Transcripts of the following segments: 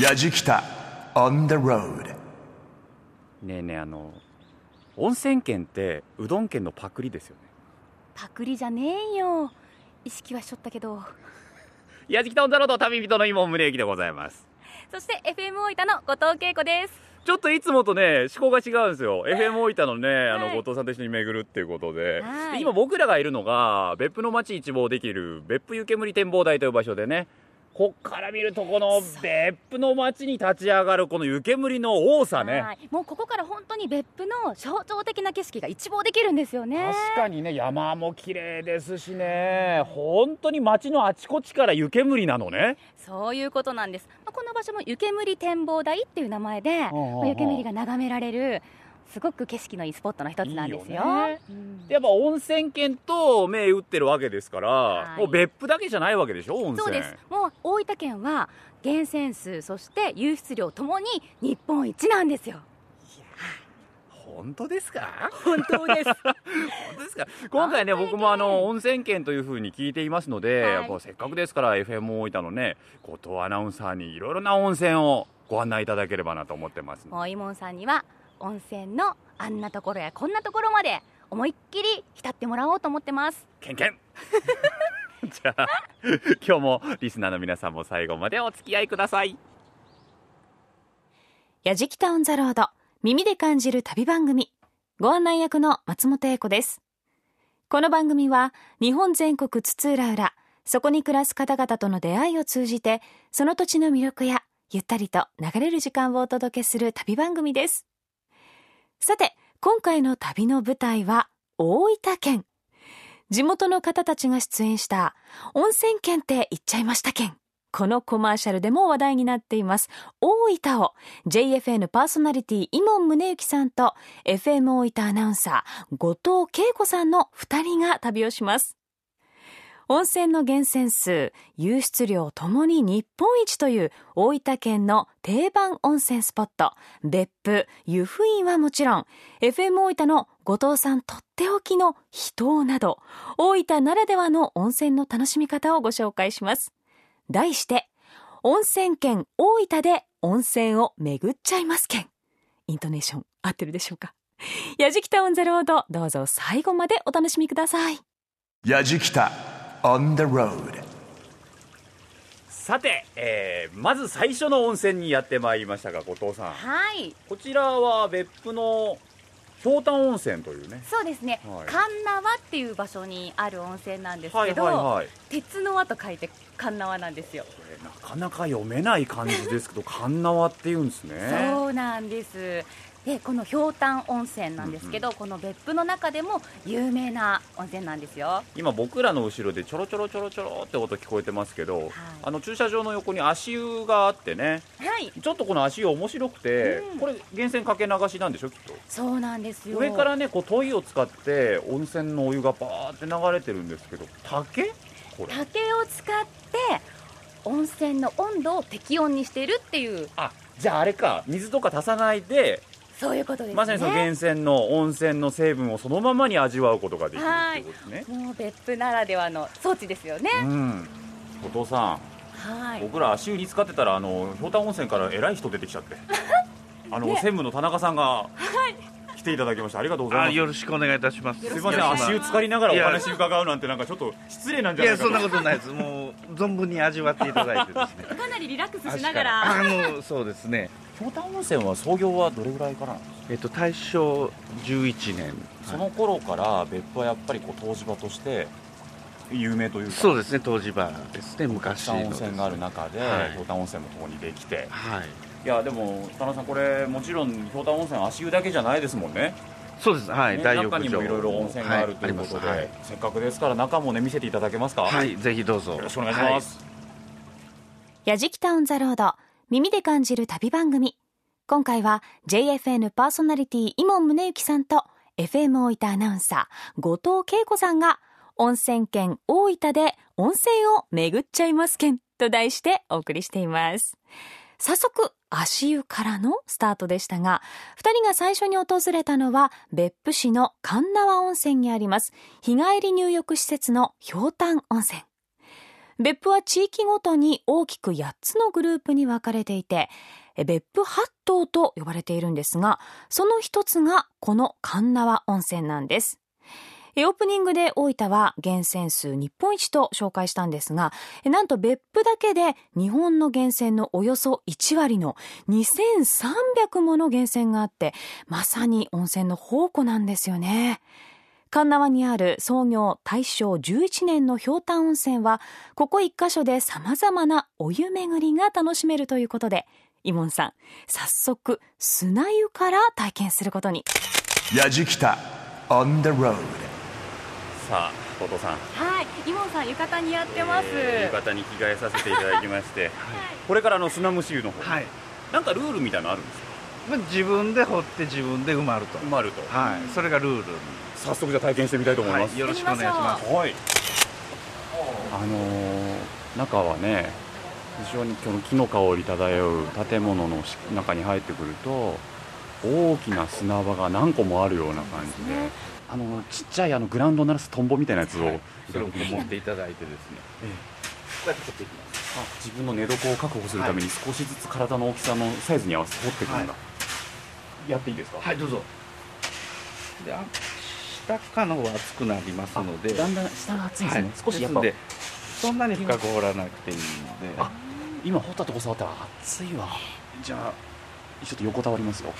やじきた on the road ねえねえあの温泉県ってうどん県のパクリですよねパクリじゃねえよ意識はしょったけど矢敷とんだろと旅人の今宗行でございますそして FM 大分の後藤恵子ですちょっといつもとね思考が違うんです よ FM 大分のね、はあいの後藤さんと一緒に巡るっていうことで、はいで今僕らがいるのが別府の街一望できる別府湯煙展望台という場所でねこっから見るとこの別府の街に立ち上がるこの湯煙の多さねはいもうここから本当に別府の象徴的な景色が一望できるんですよね確かにね山も綺麗ですしね本当に街のあちこちから湯煙なのねそういうことなんです、まあ、この場所も湯煙展望台っていう名前うんうんうで、んまあ湯煙が眺められるすごく景色のいいスポットの一つなんですよいいよねうんでやっぱ温泉県と銘打ってるわけですから、はいもう別府だけじゃないわけでしょ温泉そうですもう大分県は源泉数そして湧出量ともに日本一なんですよ本当ですか本当です本当ですか今回ね本当にね僕もあの温泉県というふうに聞いていますので、はいこうせっかくですから FM 大分のね後藤アナウンサーにいろいろな温泉をご案内いただければなと思ってますのでもういもんさんには温泉のあんなところやこんなところまで思いっきり浸ってもらおうと思ってますケンケン じゃあ今日もリスナーの皆さんも最後までお付き合いくださいやじきたオンザロード耳で感じる旅番組ご案内役の松本英子ですこの番組は日本全国津々浦々そこに暮らす方々との出会いを通じてその土地の魅力やゆったりと流れる時間をお届けする旅番組ですさて今回の旅の舞台は大分県地元の方たちが出演した温泉県って言っちゃいました県このコマーシャルでも話題になっています大分を JFN パーソナリティ伊門宗行さんと FM 大分アナウンサー後藤恵子さんの2人が旅をします温泉の源泉数湧出量ともに日本一という大分県の定番温泉スポット別府湯布院はもちろん FM 大分の後藤さんとっておきの秘湯など大分ならではの温泉の楽しみ方をご紹介します題して温泉県大分で温泉を巡っちゃいます県イントネーション合ってるでしょうかやじきたオンザロードどうぞ最後までお楽しみくださいやじきた on the road さて、えーまず最初の温泉にやってまいりましたが後藤さんはいこちらは別府の氷炭温泉というねそうですね、はい神縄っていう場所にある温泉なんですけど、い鉄の輪と書いて神縄なんですよ、これなかなか読めない漢字ですけど神縄って言うんですねそうなんですでこのひょうたん温泉なんですけど、この別府の中でも有名な温泉なんですよ今僕らの後ろでちょろちょろちょろちょろって音聞こえてますけど、あの駐車場の横に足湯があってねはいちょっとこの足湯面白くて、うんこれ源泉かけ流しなんでしょきっとそうなんですよ上からねこうトイを使って温泉のお湯がバーって流れてるんですけど竹これ竹を使って温泉の温度を適温にしてるっていうあじゃああれか水とか足さないでそういうことですねまさにその源泉の温泉の成分をそのままに味わうことができるっはていことですね、もう別府ならではの装置ですよね、うん後藤さん、はい僕ら足湯に使ってたらあの氷炭温泉から偉い人出てきち ゃってあの、ね専務の田中さんが来ていただきましたありがとうございあますよろしくお願いいたします。すいません足湯浸かりながらおいや話伺うなんてなんかちょっと失礼なんじいゃなやいかそんとなことないです。もう存分に味わっていただいてです ね。かなりリラックス足からあのそうですね。氷炭温泉は創業はどれぐらいからなんですかえっと大正11年。その頃から別府はやっぱりこう湯治場として有名というかそうですね湯治場ですね昔氷の炭で温すね泉がある中ではい氷炭温泉もここにできてはい。いやでも田中さんこれもちろん氷炭温泉足湯だけじゃないですもんねそうですはい、ね大浴場中にもいろいろ温泉があるということで、はいありせっかくですから中もね見せていただけますか、ますよはい、はいぜひどうぞ。ろしくお願いします、やじきたオンザロード耳で感じる旅番組今回は JFN パーソナリティ伊門宗行さんと FM 大分アナウンサー後藤恵子さんが温泉県大分で温泉を巡っちゃいます県と題してお送りしています早速足湯からのスタートでしたが2人が最初に訪れたのは別府市の神縄温泉にあります日帰り入浴施設のひょうたん温泉別府は地域ごとに大きく8つのグループに分かれていて、え別府八島と呼ばれているんですが、その一つがこの神縄温泉なんです。えオープニングで大分は源泉数日本一と紹介したんですが、えなんと別府だけで日本の源泉のおよそ1割の2300もの源泉があって、まさに温泉の宝庫なんですよね。神縄にある創業大正11年の氷炭温泉は、ここ一箇所で様々なお湯巡りが楽しめるということで、イモンさん、早速、砂湯から体験することに。 Yajikita on the road. さあ後藤さんはい、イモンさん浴衣似合ってます。浴衣に着替えさせていただきましてこれからあの砂むし湯の方、はい、なんかルールみたいなのあるんですかまあ、自分で掘って自分で埋まると、埋まるとはい、それがルールに早速じゃあ体験してみたいと思います、よろしくお願いしますはい。あのー中はね、非常にこの木の香り漂う建物のし中に入ってくると、大きな砂場が何個もあるような感じで、あのちっちゃいあのグラウンドを鳴らすトンボみたいなやつを、それを持っていただいてですね、えこうやって掘っていきまあ自分の寝床を確保するために少しずつ体の大きさのサイズに合わせて掘っていくんだ。はいやっていいですか。すはいどうぞであ下からの方は熱くなりますあのでだんだん下が熱いんですね。はい少しやっぱですのでそんなに深く掘らなくていいのであ今掘ったとこ触ったら熱いわ。じゃあちょっと横たわりますよ。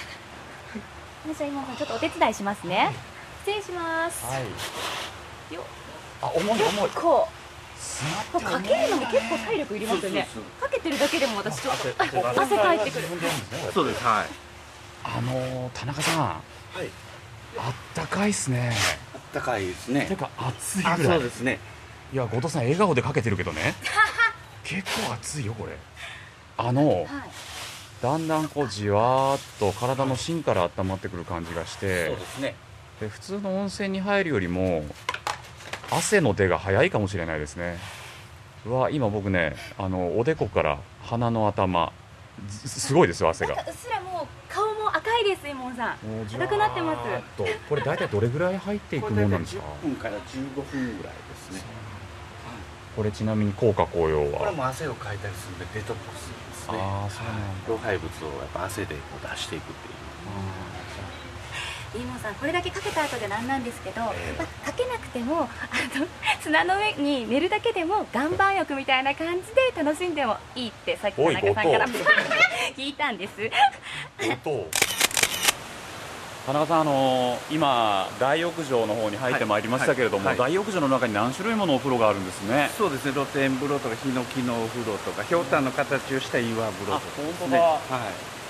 じゃあイモンさんちょっとお手伝いしますね。失礼します。いよあ、重い重い。こ砂う、もうかけるのも結構体力いりますよね。かけてるだけでも私ちょっとあ汗かいてくる。そうですはいあのー、田中さん。いあったかいっすね。あったかいですてねか暑いあぐらそい。うですねいや、後藤さん笑顔でかけてるけどね。結構暑いよこれ。あのはい。だんだんこうじわーっと体の芯から温まってくる感じがして、すねで普通の温泉に入るよりも汗の出が早いかもしれないですねうわ今僕ねあのおでこから鼻の頭すすごいですよ汗がうっすらもう顔も赤いですイモンさん。もうじ赤くなってますわーっとこれ大体どれぐらい入っていこくれも大んな体んです10か分から15分ぐらいですねこれちなみに効果紅葉これはも汗をかいたりするんでデトックスですねああそうなんだ老廃物をやっぱ汗でこう出していくっていうイモンさんこれだけかけた後でなんなんですけど、まあかけなくてもあの砂の上に寝るだけでも岩盤浴みたいな感じで楽しんでもいいってさっき田中さんかおらい 聞いたんです。田中さん、あのー今、大浴場の方に入ってまいりましたけれども、はいは大浴場の中に何種類ものお風呂があるんですね。そうですね露天風呂とかヒノキのお風呂とかひょうたんの形をした岩風呂とかですねあは本い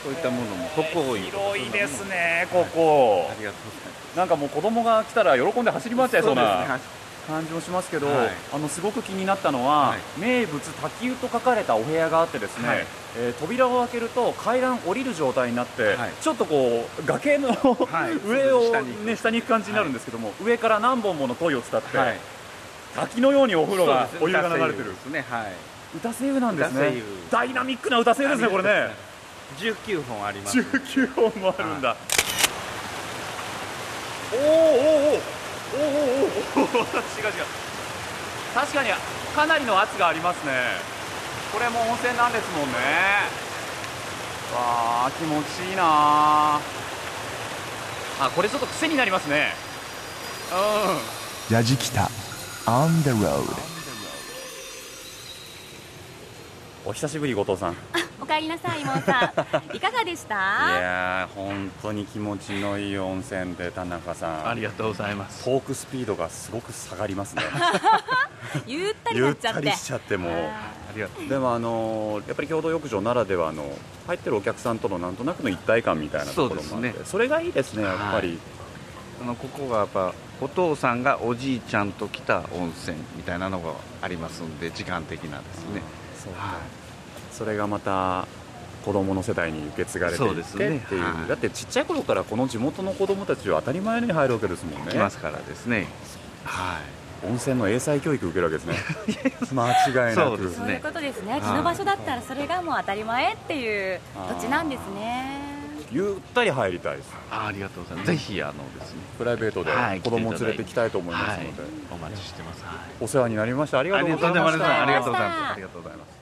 そういったものもここを広いですね、ここ、ありがとうございますなんかもう子供が来たら喜んで走り回っちゃいそうですなね感じもしますけど、はいあのすごく気になったのは、はい名物滝湯と書かれたお部屋があってですね、はいえー扉を開けると階段降りる状態になって、はいちょっとこう崖のい 上を、下に行くね、下に行く感じになるんですけども、上から何本もの塔を伝って、はい滝のようにお風呂がそうですねお湯が流れてるですねはい歌声湯なんです打たせね湯ダイナミックな歌声湯ですねこれね19本あります19本もあるんだ、おーおーおーおーおーおーおー違う違う確かにかなりの圧がありますねこれも温泉なんですもんねわあ気持ちいいなああこれちょっと癖になりますねうん Yajikita on the road. お久しぶり後藤さんおかえりなさいイモンさん。いかがでしいた？やー本当に気持ちのいい温泉で田中さあんりがとうございますトークスピードがすごく下がりますねゆったりゆなっっちゃたっりて。しちゃってもあありがとうでもあのーやっぱり共同浴場ならではの入ってるお客さんとのなんとなくの一体感みたいなところもあそうっでてすそ,、ねれがいいですねやっぱり、はあのここがやっぱお父さんがおじいちゃんと来た温泉みたいなのがありますんで時間的なですね、そうかはそれがまた子供の世代に受け継がれていっそうてでっすていうねはいだってちっちゃい頃からこの地元の子供たちは当たり前のように入るわけですもんい、ね来ますからですねは温泉の英才教育受けるわけですね間違いなそうくですそういうことですね。地の場所だったらそれがもう当たり前っていう土地なんですね。ゆったり入りたいですあありがとうございますぜひあのですねプライベートではい子供を連れてきたいと思いますので、はいお待ちしてますはいお世話になりましたありがあとりうごがとざういございましたますありがとうございますありがとうございます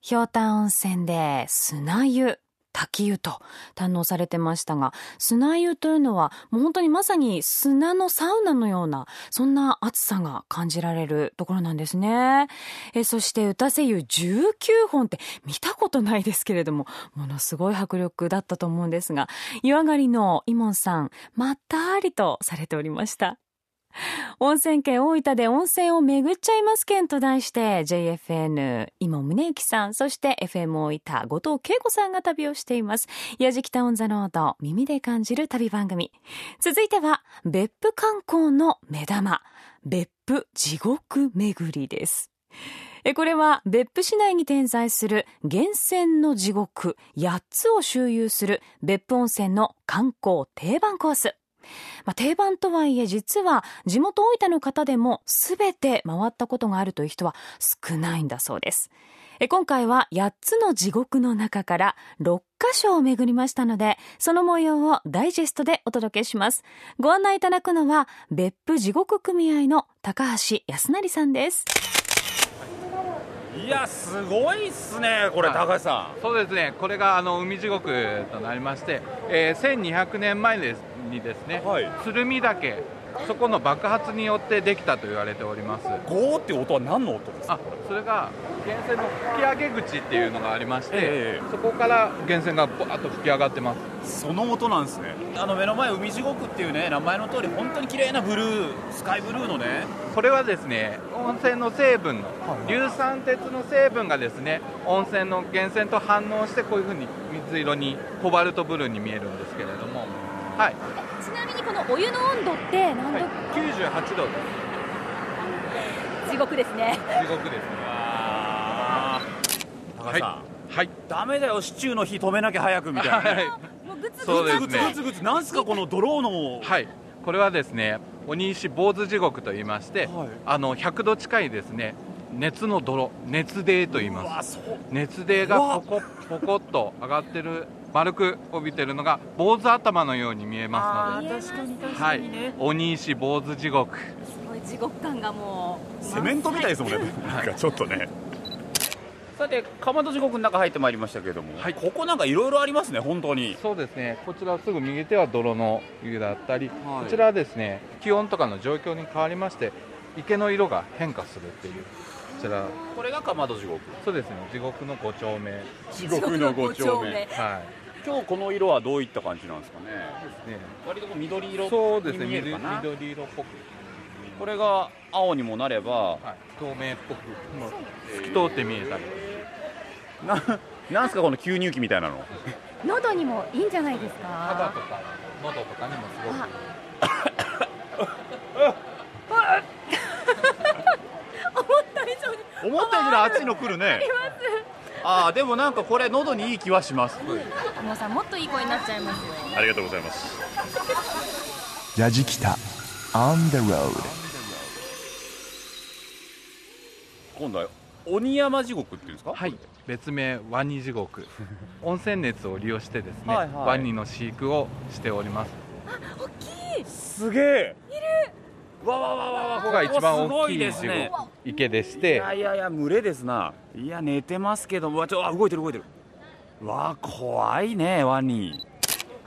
ひょうたん温泉で砂湯滝湯と堪能されてましたが砂湯というのはもう本当にまさに砂のサウナのようなそんな暑さが感じられるところなんですねえそして打たせ湯19本って見たことないですけれどもものすごい迫力だったと思うんですが湯上がりのイモンさんまったりとされておりました温泉県大分で温泉を巡っちゃいます県と題して JFN 今宗行さんそして FM 大分後藤恵子さんが旅をしています矢敷タウンザロード耳で感じる旅番組続いては別府観光の目玉別府地獄巡りですえこれは別府市内に点在する源泉の地獄8つを周遊する別府温泉の観光定番コースまあ、定番とはいえ実は地元大分の方でも全て回ったことがあるという人は少ないんだそうですえ今回は8つの地獄の中から6箇所を巡りましたのでその模様をダイジェストでお届けしますご案内いただくのは別府地獄組合の高橋康成さんですいやすごいっすねこれはい高橋さそうですね、これがあの海地獄となりまして、えー1200年前ですにですね、んはい鶴見岳、そこの爆発によってできたと言われております。ゴーっていう音は何の音ですかあそれが源泉の吹き上げ口っていうのがありまして、ええそこから源泉がバーッと吹き上がってます。その音なんですねあの目の前海地獄っていうね名前の通り本当に綺麗なブルースカイブルーのねこれはですね温泉の成分の硫酸鉄の成分がですね温泉の源泉と反応してこういうふうに水色にコバルトブルーに見えるんですけれども、はい、ちなみにこのお湯の温度って何度、はい、98度です。地獄ですね地獄ですね。高橋さん、はい。ダメだよシチューの火止めなきゃ早くみたい な、ね、もうグツグツそうですグツグツグツなんすかこのドローのはい。これはですね、鬼石坊主地獄と言いまして、はいあの100度近いですね、熱の泥、熱泥と言いうまわす。そう熱泥がポコポコっと上がってる。丸く帯びてるのが坊主頭のように見えますので、確かに確はい、鬼石坊主地獄、すごい地獄感がもうセメントみたいですもんねなんかちょっとねさてかまど地獄の中入ってまいりましたけれども、はいここなんかいろいろありますね本当にそうですね。こちらすぐ右手は泥の湯だったり、はいこちらはですね、気温とかの状況に変わりまして、池の色が変化するっていうこちらこれがかまど地獄そうですね、地獄の5丁目。地獄のご丁目は今日この色はどういった感じなんですかねい。ね、割とこう緑色そうですにね、見える緑かな緑色っぽく、これが青にもなればはい、透明っぽく、もう透き通って見えたり。ななんすかこの吸入器みたいなの喉にもいいんじゃないです肌かとか、喉とかにもすごく。思った以上に思ったより熱いの来るねああでもなんかこれ喉にいい気はしますもうさんもっといい声になっちゃいますよありがとうございますヤジキタ on the road 今度は鬼山地獄っていうんですかはい、別名ワニ地獄。 温泉熱を利用してですはね、いはいワニの飼育をしております。すげえいるわわわわわここが一番すご大きいです地ね獄池でしいて、やいやいや群れですないや寝てますけどうわちょあ動いてる動いてるわあ怖いねワニ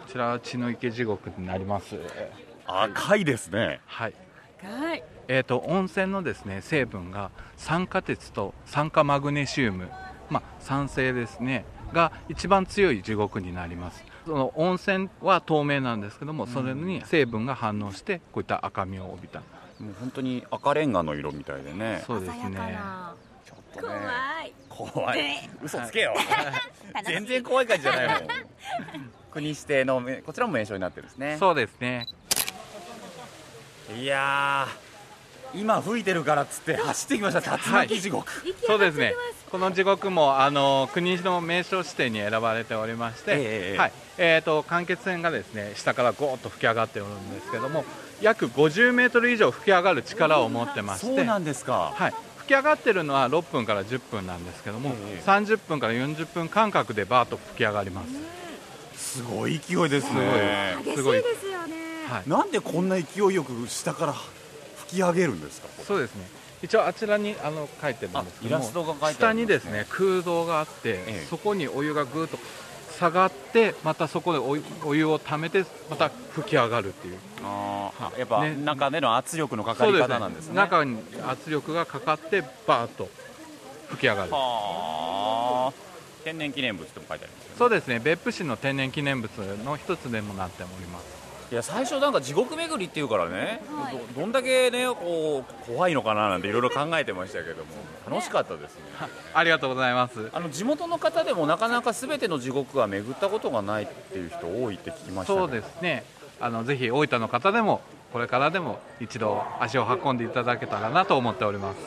こちらは血の池地獄になります。赤いですねはい。はいえー、と温泉のですね成分が酸化鉄と酸化マグネシウム、まあ、酸性ですねが一番強い地獄になりますその温泉は透明なんですけどもそれに成分が反応してこういった赤みを帯びたもう本当に赤レンガの色みたいでねそうです鮮やねかなちょっと怖ねい怖い嘘つけよ 全然怖い感じじゃないもん 国指定のめこちらも名称になってるんですねそうですねいやー今吹いてるからっつって走ってきました竜巻地獄、息上そうがってですきねますこの地獄もあの国の名勝指定に選ばれておりまして、ええええはいえー、と間欠泉がですね下からゴーッと吹き上がっておるんですけども約50メートル以上吹き上がる力を持ってましてそうなんですかはい、吹き上がってるのは6分から10分なんですけども、ええ30分から40分間隔でバーッと吹き上がります、すごい勢いですね激しいですすごいよね、はいなんでこんな勢いよく下から吹き上げるんですかこれそうですね一応あちらにあの書いてるんですけどもが下にですね空洞があって、ええそこにお湯がぐーっと下がってまたそこでお湯お湯を溜めてまた吹き上がるっていうあーやっぱね中での圧力のかかそうりです方ねなんですね中に圧力がかかってバーッと吹き上がるはあ天然記念物とも書いてありますよねそうですね別府市の天然記念物の一つでもなっておりますいや最初なんか地獄巡りっていうからね、はいどどんだけねこう怖いのかななんていろいろ考えてましたけども楽しかったですねありがとうございますあの地元の方でもなかなか全ての地獄は巡ったことがないっていう人多いって聞きましたけどそうですねあのぜひ大分の方でもこれからでも一度足を運んでいただけたらなと思っております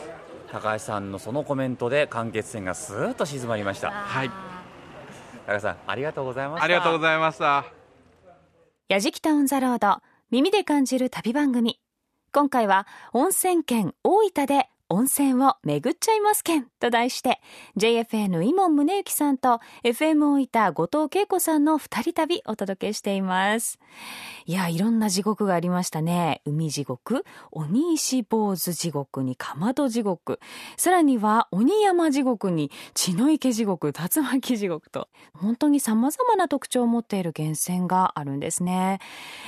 高橋さんのそのコメントで完結点がスーッと静まりましたはい高橋さんありがとうございましたありがとうございましたやじきたオンザロード耳で感じる旅番組今回は温泉県大分で温泉を巡っちゃいますけんと題して JFN 伊門宗行さんと FM 大分後藤恵子さんの二人旅お届けしていますいやいろんな地獄がありましたね海地獄鬼石坊主地獄にかまど地獄さらには鬼山地獄に血の池地獄竜巻地獄と本当に様々な特徴を持っている源泉があるんですね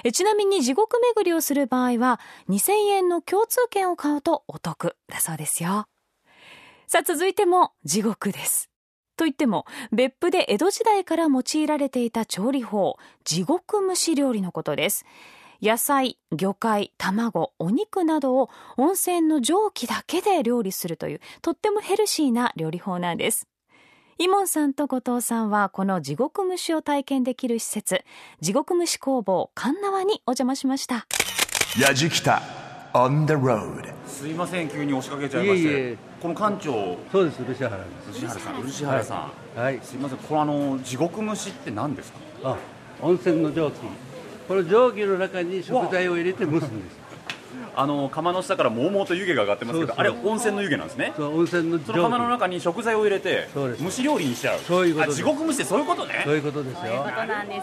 えちなみに地獄巡りをする場合は2000円の共通券を買うとお得だそうですよさあ続いても地獄ですといっても別府で江戸時代から用いられていた調理法地獄蒸し料理のことです野菜魚介卵お肉などを温泉の蒸気だけで料理するというとってもヘルシーな料理法なんですイモンさんと後藤さんはこの地獄蒸しを体験できる施設地獄蒸し工房神縄にお邪魔しましたやじきた on the road すいません急に押しかけちゃいましていえいえこの館長そうです、漆原です。漆原さん漆原さん、はい、すいませんこれあの地獄蒸しって何ですかあ、温泉の蒸気。この蒸気の中に食材を入れて蒸すんです。あの釜の下からもうもうと湯気が上がってますけどそうそうあれ温泉の湯気なんですねそう、温泉の蒸そ気。の釜の中に食材を入れてそうです蒸し料理にしちゃうそういうことあです地獄蒸しってそういうことそねういうことですよ。そうなんで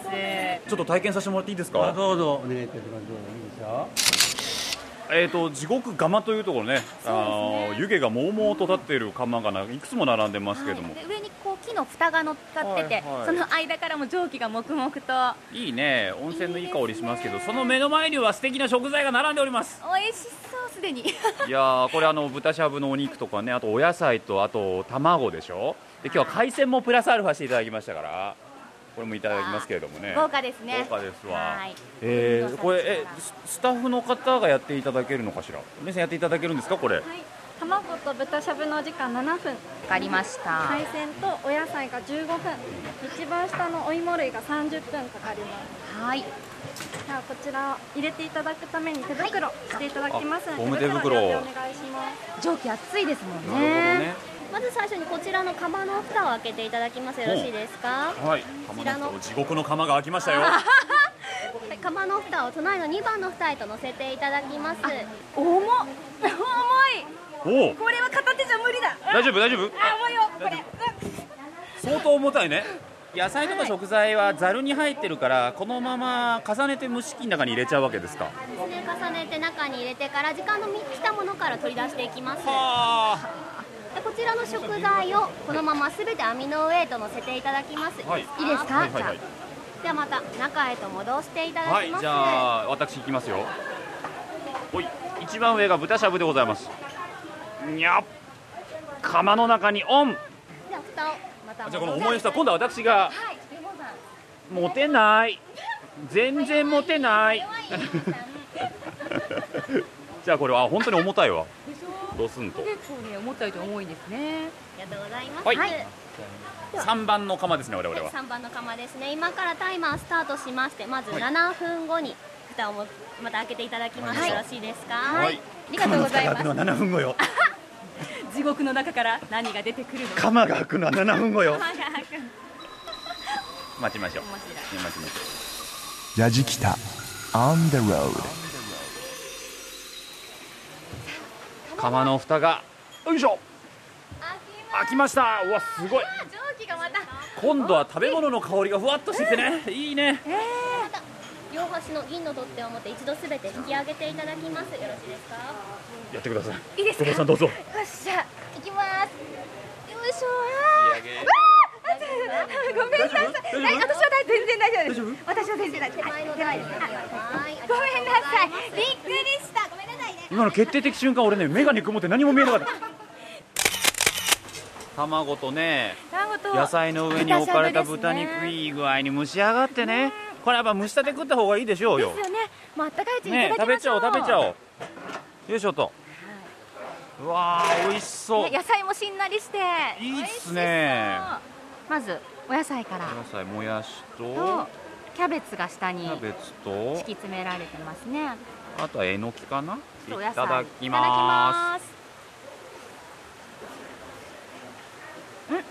すちょっと体験させてもらっていいですあ、かどうぞ、お願いいたします。どうぞいいですよ。えっ、と地獄釜というところねあの湯気がもうもうと立っている釜がないくつも並んでますけども、はいで上にこう木の蓋が乗っかってて、はいはいその間からも蒸気がもくもくといいね温泉のいい香りしますけどいいですそねの目の前には素敵な食材が並んでおり ます美味しそうすでにいやーこれあの豚しゃぶのお肉とかねあとお野菜とあと卵でしょで今日は海鮮もプラスアルファしていただきましたからこれもいただきますけれどもね豪華ですね豪華ですわはいえどうー、ぞこれえススタッフの方がやっていただけるのかしらお姉さんやっていただけるんですかこれはい、卵と豚しゃぶのお時間7分わかりました、海鮮とお野菜が15分一番下のお芋類が30分かかりまはいすじゃあこちら入れていただくために手袋していただきますあのゴで、ム手袋両手お願いします蒸気熱いですもんねまず最初にこちらの釜の蓋を開けていただきますよろしいですか、はいこちらの釜の地獄の釜が開きましたよはい、釜の蓋を隣の2番の蓋へと乗せていただきます重っ重いおおこれは片手じゃ無理だ大丈夫大丈夫あ重いよこれ、相当重たいね野菜とか食材はざるに入ってるからこのまま重ねて蒸し器の中に入れちゃうわけですかですね重ねて中に入れてから時間の満ちたものから取り出していきますはあでこちらの食材をこのまま全て網の上へと乗せていただきます、はいい、いですか、はいはいはいじゃあではまた中へと戻していただはきいます、じゃあ私行きますよおい一番上が豚しゃぶでございますにゃっ釜の中にオンでは蓋をまたじゃあこの重いした今度は私がはいレモンさんモテない全然モテない 弱いレモンさんじゃあこれは本当に重たいわドスンと結構ね思ったより重いですねありがとうございます、はい3番の釜ですね我々は3番の釜ですね今からタイマースタートしましてまず7分後に蓋をもまた開けていただきます、よろしいですかはいありがとうございますの7分後よ 地獄の中から何が出てくるのか釜が開くのは7分後よ待ちましょう待ちまし面白いょうやじきた on the road 釜の蓋がよいしょ開きましたうわすごい蒸気がまた今度は食べ物の香りがふわっとしててね、いいね、また両端の銀の取っ手を持って一度すべて引き上げていただきますよろしいですかやってくださいいいですか後藤さんどうぞよっしゃいきますよいしょあーあちょっ とごめんなさい。大私は大全然大丈夫です。私は全然大丈夫。はい手前のあごめんなさい。びっくりした。ごめんなさいね。今の決定的瞬間、俺ね、眼鏡曇って何も見えなかった。卵とね、卵と野菜の上に置かれた豚肉いい具合に蒸し上がってね、これやっぱ蒸したて食った方がいいでしょうよ。ですよね。もうあったかいうちにいたねだきましょう。食べちゃおう食べちゃおうよいしょとうわー美味しそうね野菜もしんなりして。いいっすねまずお野菜からお野菜もやしととキャベツが下キにャベ敷ツとき詰められてますね。あとはえのきかなちょっとおい野た菜。だきますうん、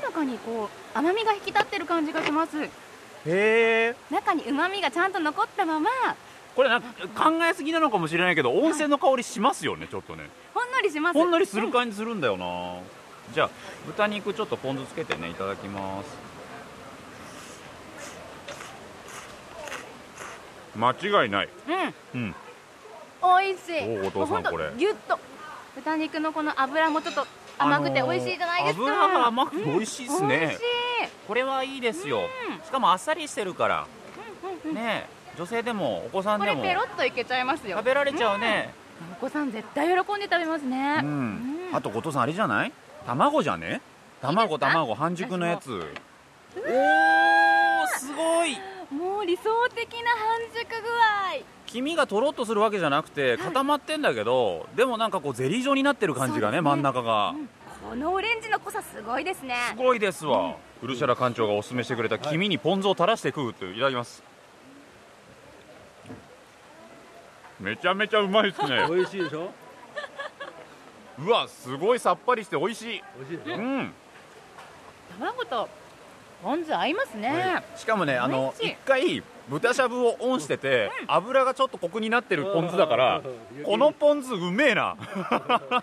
ほのかにこう甘みが引き立ってる感じがします。すへえ中に旨味がちゃんと残ったままこれなんか考えすぎなのかもしれないけど温泉の香りしますよねちょっとねほんのりしますほんのりする感じするんだよなじゃあ豚肉ちょっとポン酢つけてねいただきます間違いないううんん美味しいおうお父さんもうほとこれギュッと豚肉のこの脂もちょっと甘くて美味しいじゃないですか、あのー油が甘くて美味しいっすね美味しこれはいいですよ、しかもあっさりしてるから、ねえ女性でもお子さいんこでれもペロッといけちゃいますよ食べられちゃうね、うんお子さん絶対喜んで食べますね、うんあと後藤さんあれじゃない卵じゃね卵卵半熟のやつおおすごいもう理想的な半熟具黄身がとろっとするわけじゃなくて固まってんだけど、でもなんかこうゼリー状になってる感じがね真ん中が、合このオレンジの濃さすごいですねすごいですわ、うるしゃら館長がおすすめしてくれた黄身にポン酢を垂らして食うっていういただきますめちゃめちゃうまい ですね美味しいでしょうわすごいさっぱりして美味しい美味しいでしょうん卵とポン酢合いますね、しかもねあの美味しい一回豚しゃぶをオンしてて、油がちょっとコクになってるポン酢だからこのポン酢うめえな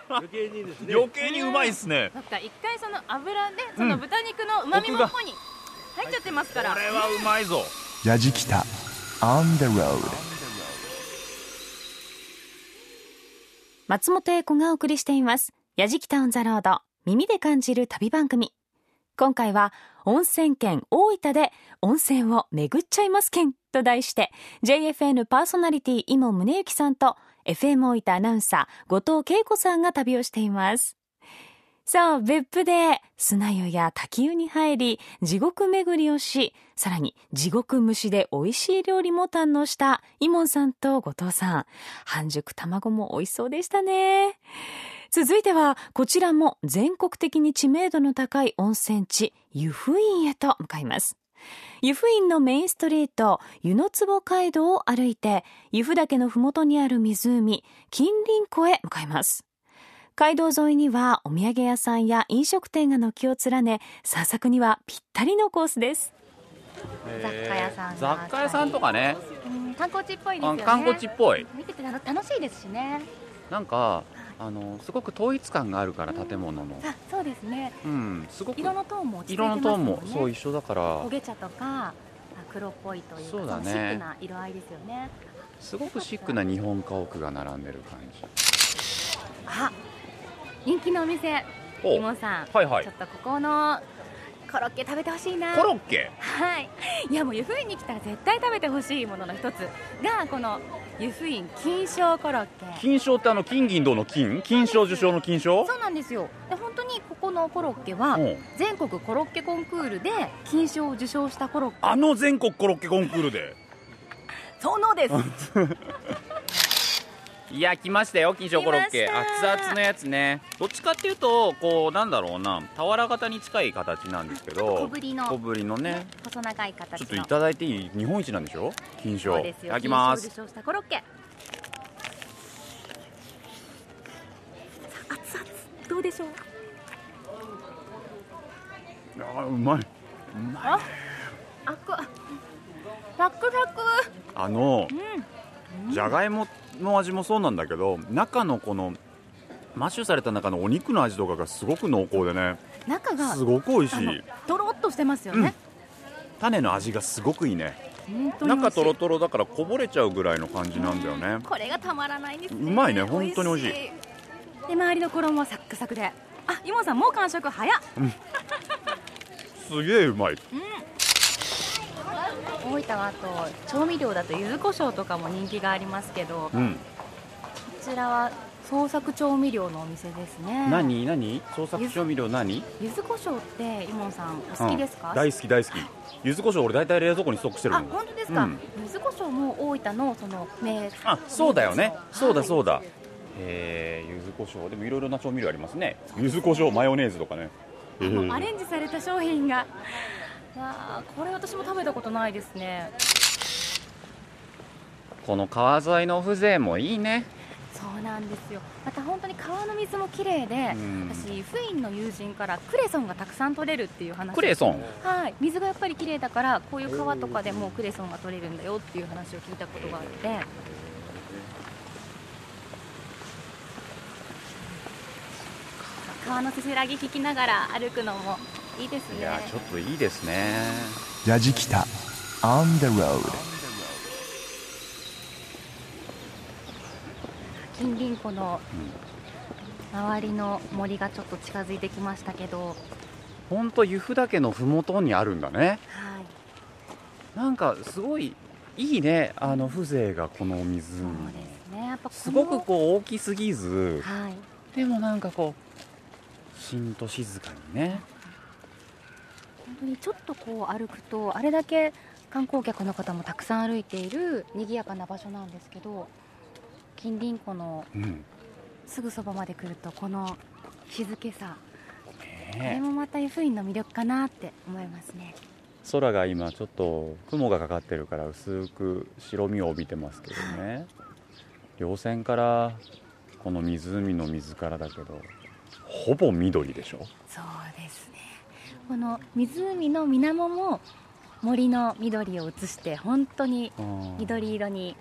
余計にですね余計にうまいっすねだから一回その油でその豚肉の旨味もここに入っちゃってますから、これはうまいぞヤジキタ on the road 松本英子がお送りしています。やじきたオンザロード、耳で感じる旅番組。今回は、温泉県大分で温泉を巡っちゃいます県と題して、JFN パーソナリティ伊茂宗行さんと、FM 大分アナウンサー、後藤恵子さんが旅をしています。さあ、別府で砂湯や滝湯に入り、地獄巡りをし、さらに地獄蒸しで美味しい料理も堪能した、イモンさんと後藤さん。半熟卵も美味しそうでしたね。続いては、こちらも全国的に知名度の高い温泉地、湯布院へと向かいます。湯布院のメインストリート、湯の坪街道を歩いて、湯布岳のふもとにある湖、金輪湖へ向かいます。街道沿いにはお土産屋さんや飲食店が軒を連ね散策にはぴったりのコースです雑貨屋さんがあったり雑貨屋さんとかねうん観光地っぽいですよあね観光地っぽい見てて楽楽しいですしねなんかあのすごく統一感があるから建物のあそうですねうんすごく色のトーンも落ち着いて色のますトーもんンねもそう一緒だから焦げ茶とかあ黒っぽいというかそうだねシックな色合いですよねすごくシックな日本家屋が並んでる感じあ人気のお店おイモンさん、はいはいちょっとここのコロッケ食べてほしいなコロッケはい、いやもう湯布院に来たら絶対食べてほしいものの一つがこの湯布院金賞コロッケ金賞ってあの金銀銅の金金賞受賞の金賞そうなんですよで本当にここのコロッケはうん全国コロッケコンクールで金賞を受賞したコロッケあの全国コロッケコンクールでそのですいや来ましたよ金賞コロッケ来ました熱々のやつねどっちかっていうとこうなんだろうな俵型に近い形なんですけど小ぶりの小ぶりのね細長い形ちょのっといただいていい日本一なんでしょ金賞そういですたよだきます金賞を受賞したコロッケさあ熱々どうでしょうあーうまいああくサクサクあのうじゃがいもの味もそうなんだけど中のこのマッシュされた中のお肉の味とかがすごく濃厚でねん中がすごく美味しいあのとろっとしてますよね、種の味がすごくいいね本当に美中味しといろとろだからこぼれちゃうぐらいの感じなんだよねこれがたまらないですねうまいね本当に美味しいで周りの衣はサックサクであイモさんもう完食早っすげえうまい大分はあと調味料だと柚子胡椒とかも人気がありますけど、こんちらは創作調味料のお店ですね何何創作調味料何柚子胡椒ってイモンさんお好きですか、うん大好き大好き柚子胡椒俺大体冷蔵庫にストックしてるもあん本当ですか、うん柚子胡椒も大分のその名あそうだよねそうだそうだえー柚子胡椒でもいろいろな調味料ありますね柚子胡椒マヨネーズとかねえもうアーレンジされた商品が、 わあこれ私も食べたことないですねこの川沿いの風情もいいねそうなんですよまた本当に川の水も綺麗で、うん私フインの友人からクレソンがたくさん取れるっていう話クレソンはい水がやっぱり綺麗だからこういう川とかでもクレソンが取れるんだよっていう話を聞いたことがあって川のせせらぎ聞きながら歩くのもいいですいねやちょっといいですねヤジキタ on the road 近隣湖の周りの森がちょっと近づいてきましたけど、本当由布岳の麓にあるんだねはい、なんかすごいいいねあの風情がこの湖ねやっぱこのすごくこう大きすぎずはいでもなんかこうしんと静かにね本当にちょっとこう歩くとあれだけ観光客の方もたくさん歩いている賑やかな場所なんですけど近隣湖のうんすぐそばまで来るとこの静けさ、これねもまた湯布院の魅力かなって思いますね空が今ちょっと雲がかかってるから薄く白みを帯びてますけどね稜線からこの湖の水からだけどほぼ緑でしょそうですねこの湖の水面も森の緑を映して本当にうん緑色に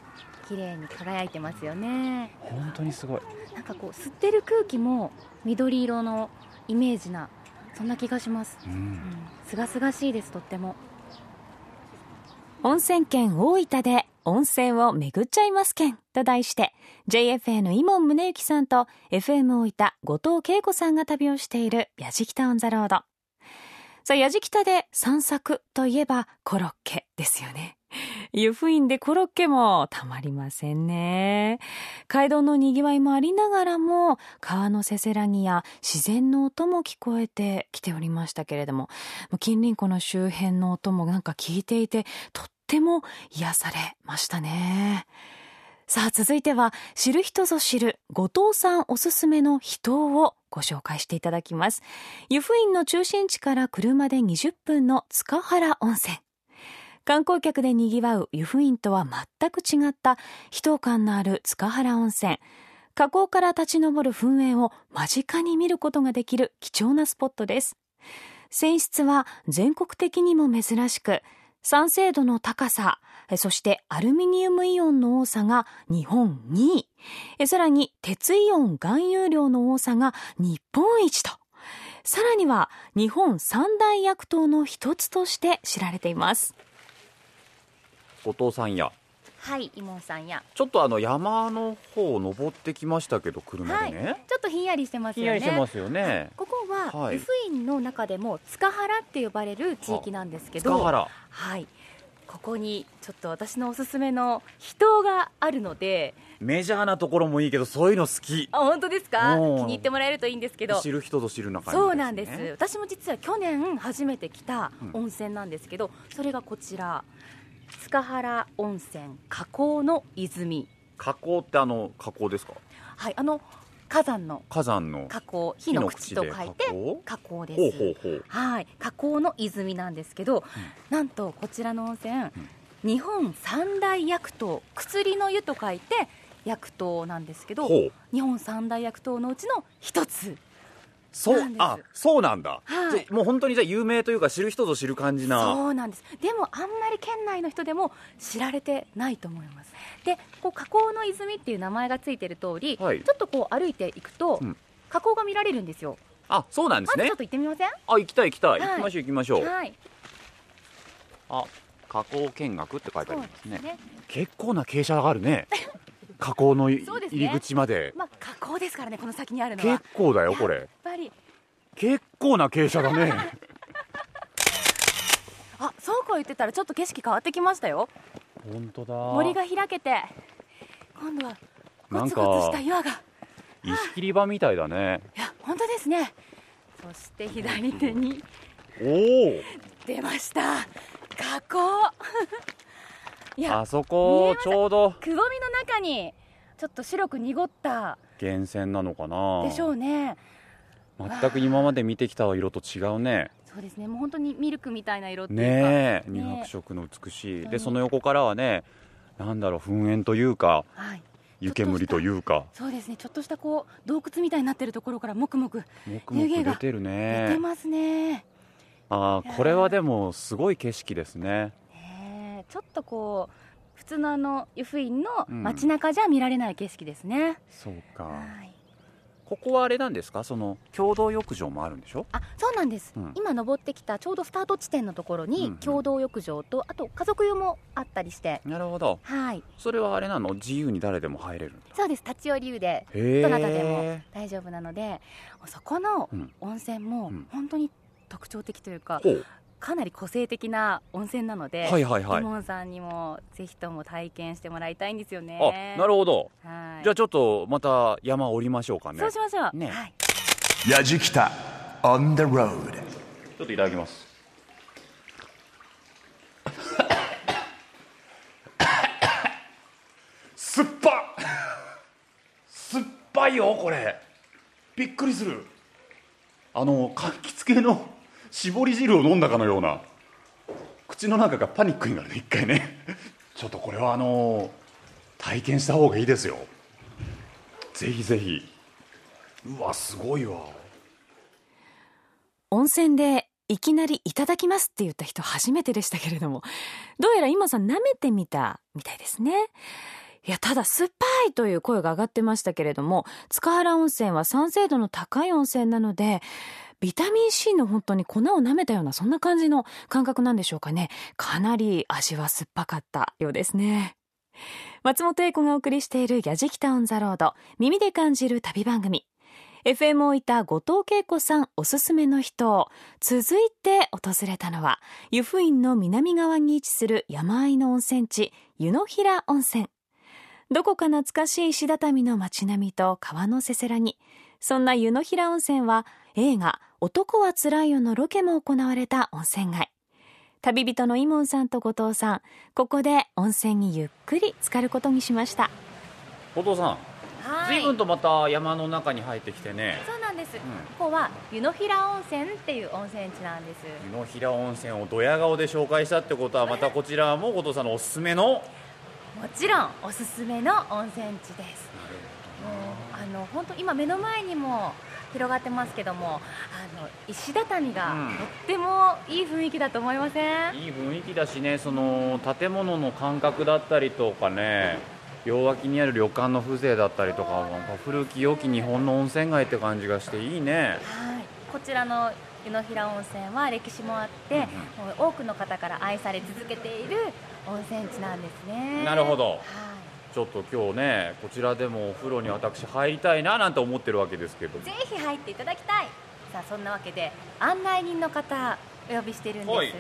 綺麗に輝いてますよね本当にすごいなんかこう吸ってる空気も緑色のイメージなそんな気がしますすがすがしいですとっても温泉県大分で温泉を巡っちゃいますけんと題して JFN 伊門宗行さんと FM 大分後藤恵子さんが旅をしている「やじきたオン・ザ・ロード」さあやじきたで散策といえばコロッケですよね湯布院でコロッケもたまりませんね街道のにぎわいもありながらも川のせせらぎや自然の音も聞こえてきておりましたけれども近隣湖の周辺の音もなんか聞いていてとっても癒されましたねさあ続いては知る人ぞ知る後藤さんおすすめの人をご紹介していただきます湯布院の中心地から車で20分の塚原温泉観光客でにぎわう湯布院とは全く違った秘湯感のある塚原温泉河口から立ち上る噴煙を間近に見ることができる貴重なスポットです泉質は全国的にも珍しく酸性度の高さえそしてアルミニウムイオンの多さが日本2位えさらに鉄イオン含有量の多さが日本一とさらには日本三大薬湯の一つとして知られています後藤さんやはいイモンさんやちょっとあの山の方を登ってきましたけど車はでいね、ちょっとひんやりしてますひんやよねりしてますよねここははい湯布院の中でも塚原って呼ばれる地域なんですけど塚原はいここにちょっと私のおすすめの秘湯があるのでメジャーなところもいいけどそういうの好きあ本当ですか気うんに入ってもらえるといいんですけど知る人ぞ知る中にそうなんです私も実は去年初めて来た温泉なんですけど、それがこちら塚原温泉河口の泉火口ってあの火口ですかはいあの火山の火山の火口火の口と書い火て口火口ですほうほうほうはい火口の泉なんですけど、なんとこちらの温泉、日本三大薬湯薬の湯と書いて薬湯なんですけどほう日本三大薬湯のうちの一つそうなんですあそうなんだ、はいじゃもう本当にじゃあ有名というか知る人ぞ知る感じそなうなんですでもあんまり県内の人でも知られてないと思いますでこう河口の泉っていう名前がついてる通り、はいちょっとこう歩いていくと、うん河口が見られるんですよあそうなんですまずねちょっと行ってみませんあ行きたい行きたい、は行いきましょう行きましょう、はいあ加工見学って書いてありますねね結構な傾斜がある ね加工のいそうですね入り口まで、まあ加工ですからねこの先にあるのは結構だよこれやっぱり結構な傾斜だねあそうこう言ってたらちょっと景色変わってきましたよ本当だ森が開けて今度はゴなんツかゴツした岩が石切り場みたいだ ね本当ですねそして左手にお出ました加工いおやあそこちょうどくぼみの中にちょっと白く濁った源泉なのかなでしょうね全く今まで見てきた色と違うねそうですねもう本当にミルクみたいな色っていうかねえね乳白色の美しい、本当でにその横からはねなんだろう噴煙というかはい湯煙というかそうですねちょっとしたこう洞窟みたいになってるところからもくもくもくも湯気くが出てる出ねてますねあーこれはでもすごい景色ですねねえちょっとこう普通のあの湯布院のうん街中じゃ見られない景色ですね、そうか、ここはあれなんですかその共同浴場もあるんでしょあそうなんです、うん今登ってきたちょうどスタート地点のところうんうにん共同浴場と、あと家族湯もあったりしてなるほどはいそれはあれなの自由に誰でも入れるのそうです立ち寄り湯でへーどなたでも大丈夫なのでそこのうん温泉も本当に特徴的というか、ほうかなり個性的な温泉なので、はいはいはいリモンさんにもぜひとも体験してもらいたいんですよね。あなるほど、はいじゃあちょっとまた山降りましょうかねそうしましょう。ねはい、やじきた on the road ちょっといただきます。酸っぱ酸っぱいよこれびっくりするあの柑橘系の絞り汁を飲んだかのような口の中がパニックになるね一回ねちょっとこれはあの体験した方がいいですよぜひぜひうわすごいわ温泉でいきなりいただきますって言った人初めてでしたけれども、どうやら今さん舐めてみたみたいですね。いや、ただ酸っぱいという声が上がってましたけれども、塚原温泉は酸性度の高い温泉なので、ビタミン C の本当に粉を舐めたようなそんな感じの感覚なんでしょうかね。かなり味は酸っぱかったようですね。松本英子がお送りしている「やじきたオン・ザ・ロード」耳で感じる旅番組 FM 大分後藤恵子さんおすすめの人続いて訪れたのは湯布院の南側に位置する山あいの温泉地湯の平温泉どこか懐かしい石畳の街並みと川のせせらぎそんな湯の平温泉は映画「男はつらいよ」のロケも行われた温泉街旅人のイモンさんと後藤さんここで温泉にゆっくり浸かることにしました後藤さん随分とまた山の中に入ってきてねそうなんです、ここは湯の平温泉っていう温泉地なんです湯の平温泉をドヤ顔で紹介したってことはまたこちらも後藤さんのおすすめのもちろんおすすめの温泉地ですもうあの本当今目の前にも広がってますけどもあの石畳がうんとってもいい雰囲気だと思いません、いい雰囲気だしねその建物の感覚だったりとかね両脇にある旅館の風情だったりとかなんか古き良き日本の温泉街って感じがしていいねはい、こちらの湯の平温泉は歴史もあって、もう多くの方から愛され続けている温泉地なんですねなるほどはいちょっと今日ねこちらでもお風呂に私入りたいななんて思ってるわけですけどぜひ入っていただきたいさあそんなわけで案内人の方お呼びしてるんです、はい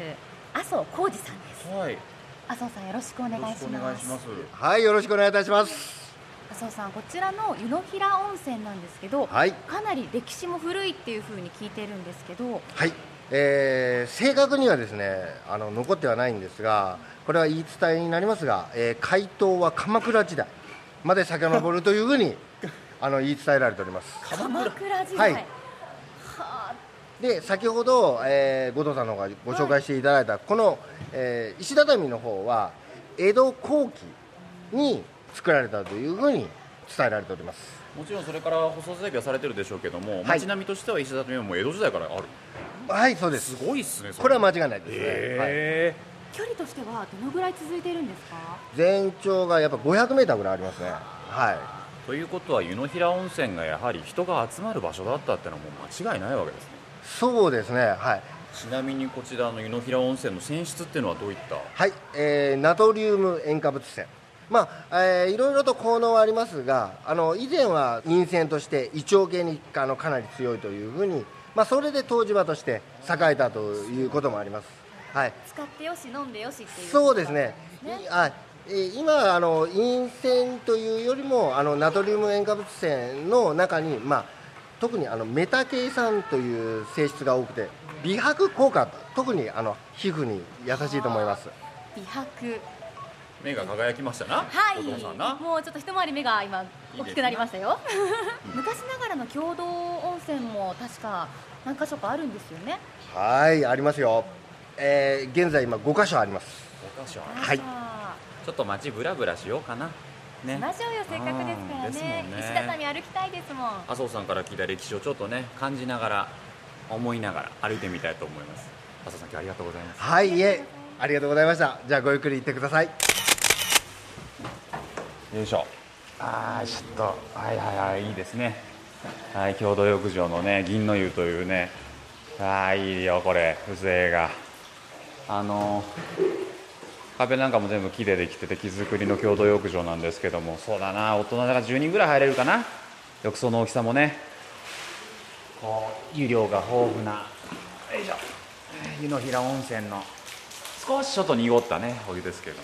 麻生浩二さんですはい麻生さんよろしくお願いしますはい、よろしくお願いいたします。麻生さんこちらの湯の平温泉なんですけど、はいかなり歴史も古いっていうふうに聞いてるんですけどはい、えー正確にはですね、あの残ってはないんですが、これは言い伝えになりますが、えー開湯は鎌倉時代まで遡るというふうにあの言い伝えられております。鎌倉時代、はいはあで先ほど、えー、後藤さんの方がご紹介していただいた、この、えー石畳の方は江戸後期に作られたというふうに伝えられております。もちろんそれから放送整備はされてるでしょうけども、街並みとしては石畳はもう江戸時代からあるはいそうですすごいっすねそこれは間違いないですねへ距離としてはどのぐらい続いているんですか全長がやっぱ500メーターぐらいありますね。はということは湯の平温泉がやはり人が集まる場所だったってのはもう間違いないわけですねそうですねはいちなみにこちらの湯の平温泉の泉質っていうのはどういったはい、えーナトリウム塩化物泉まあえーいろいろと効能はありますがあの以前は陰泉として胃腸系にあのかなり強いというふうに、まあ、それで湯治場として栄えたということもあります、はい、使ってよし飲んでよしっていうそうですね、いあえー今あの、陰線というよりもあのナトリウム塩化物線の中に、まあ、特にあのメタ系酸という性質が多くて、美白効果、特にあの皮膚に優しいと思います。美白目が輝きましたな、はいお父さんなもうちょっと一回り目が今大きくなりましたよ 昔ながらの共同温泉も確か何か所かあるんですよねはいありますよ、えー現在、今、5箇所あります。おかしはいあちょっと街ブラブラしようかなーねしましょうよせっかくですからうんですもねんね石畳歩きたいですもん麻生さんから聞いた歴史をちょっとね感じながら思いながら歩いてみたいと思います麻生さん今日はありがとうございますはい、いえ、ありがとうございました。じゃあ、ごゆっくり行ってください。よいしょああちょっとはいはいはいいいですねはい共同浴場のね銀の湯というねああいいよこれ風情があの壁なんかも全部木でできてて木造りの共同浴場なんですけどもそうだな大人が10人ぐらい入れるかな浴槽の大きさもねこう湯量が豊富なよいしょ湯の平温泉の少しちょっと濁ったねお湯ですけども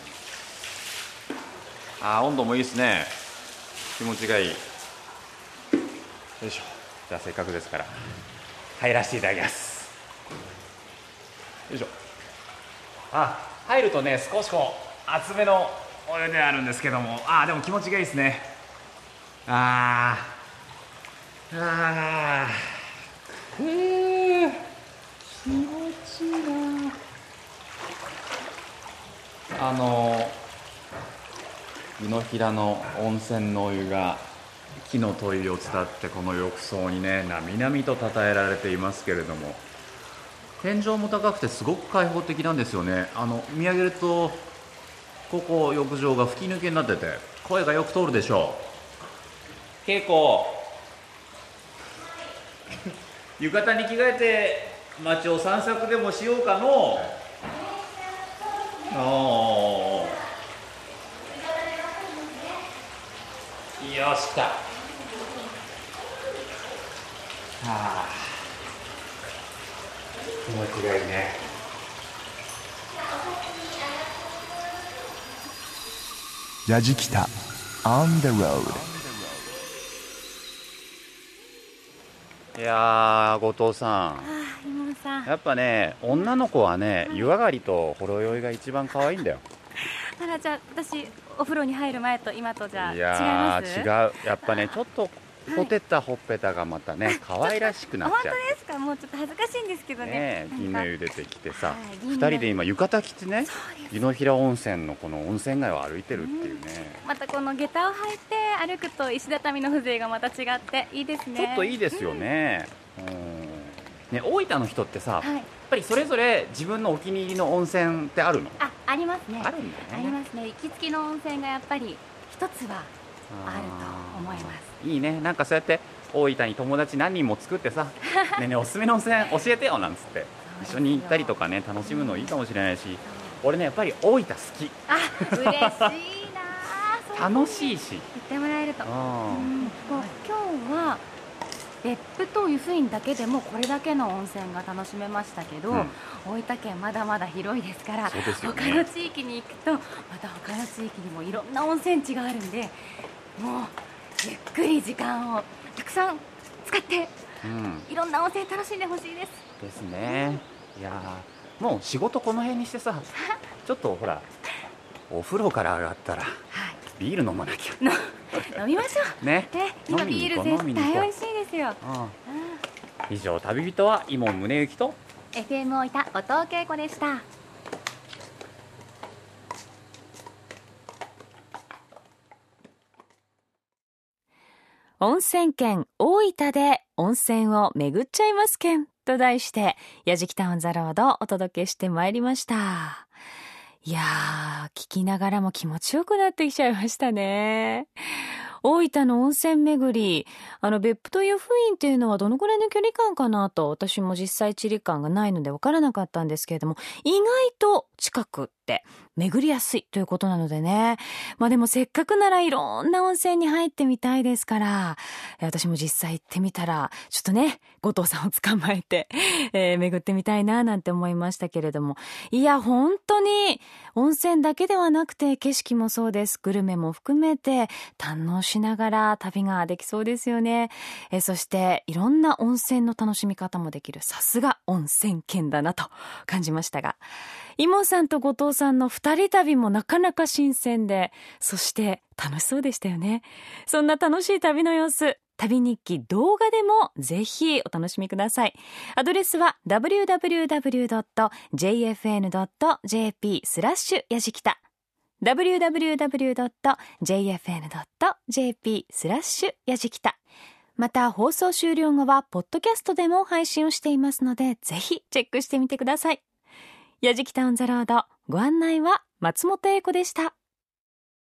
あー温度もいいですね気持ちがいいよいしょじゃあせっかくですから入らせていただきますよいしょあ入るとね少しこう厚めのお湯ではあるんですけどもあーでも気持ちがいいですねあーあーふー気持ちいいなあのー湯の平の温泉のお湯が木の鳥を伝ってこの浴槽にねなみなみと称えられていますけれども天井も高くてすごく開放的なんですよねあの見上げるとここ浴場が吹き抜けになってて声がよく通るでしょう稽古浴衣に着替えて街を散策でもしようかのああよっしゃはあ気持ちがいいねやじきた On the road いやー後藤さん井村さんやっぱね女の子はね湯上がりとほろ酔いが一番可愛いんだよ あらじゃあ私お風呂に入る前と今とじゃあい違いやますー違うやっぱねちょっとほてったほっぺたがまた ね可愛らしくなっ本ちゃう当ですかもうちょっと恥ずかしいんですけどねねなんか銀の湯出てきてさはい銀2の湯人で今浴衣着てね湯の平温泉のこの温泉街を歩いてるっていうね、またこの下駄を履いて歩くと石畳の風情がまた違っていいですねちょっといいですよね。うんね大分の人ってさ、はいやっぱりそれぞれ自分のお気に入りの温泉ってあるの？あありますねあるんだねありますね行きつけの温泉がやっぱり一つはあると思いますいいね。なんかそうやって大分に友達何人も作って さ、ねえねえおすすめの温泉教えてよなんつって一緒に行ったりとかね楽しむのいいかもしれないし、俺ねやっぱり大分好き。嬉 しいなあそう言楽しいし。ってもらえるとううんんもう今日は別府と湯布院だけでもこれだけの温泉が楽しめましたけど、うん大分県まだまだ広いですからそうですよね他の地域に行くとまた他の地域にもいろんな温泉地があるんでもうゆっくり時間をたくさん使ってうんいろんな温泉楽しんでほしいですですね。いやーもう仕事この辺にして さ、ちょっとほらお風呂から上がったら、ビール飲まなきゃ。飲みましょうねね今飲みビにー行ルこう絶飲みに行こう対美味しいですよ以上旅人は伊門宗行と FM をいた後藤恵子でした温泉県大分で温泉を巡っちゃいますけんと題して、やじきたオンザロードをお届けしてまいりました。いやー、聞きながらも気持ちよくなってきちゃいましたね。大分の温泉巡り、あの、別府という雰囲っていうのはどのくらいの距離感かなと、私も実際地理感がないので分からなかったんですけれども、意外と近くって巡りやすいということなのでね。まあでもせっかくならいろんな温泉に入ってみたいですから、えー私も実際行ってみたら、ちょっとね、後藤さんを捕まえて、えー巡ってみたいななんて思いましたけれども。いや、本当に温泉だけではなくて景色もそうです。グルメも含めて堪能しながら旅ができそうですよね。えーそしていろんな温泉の楽しみ方もできる。さすが温泉県だなと感じましたが。イモンさんと後藤さんの二人旅もなかなか新鮮で、そして楽しそうでしたよね。そんな楽しい旅の様子、旅日記動画でもぜひお楽しみください。アドレスは www.jfn.jp スラッシュやじきた。www.jfn.jp スラッシュやじきた。また放送終了後はポッドキャストでも配信をしていますので、ぜひチェックしてみてください。やじきたオンザロードご案内は松本英子でした。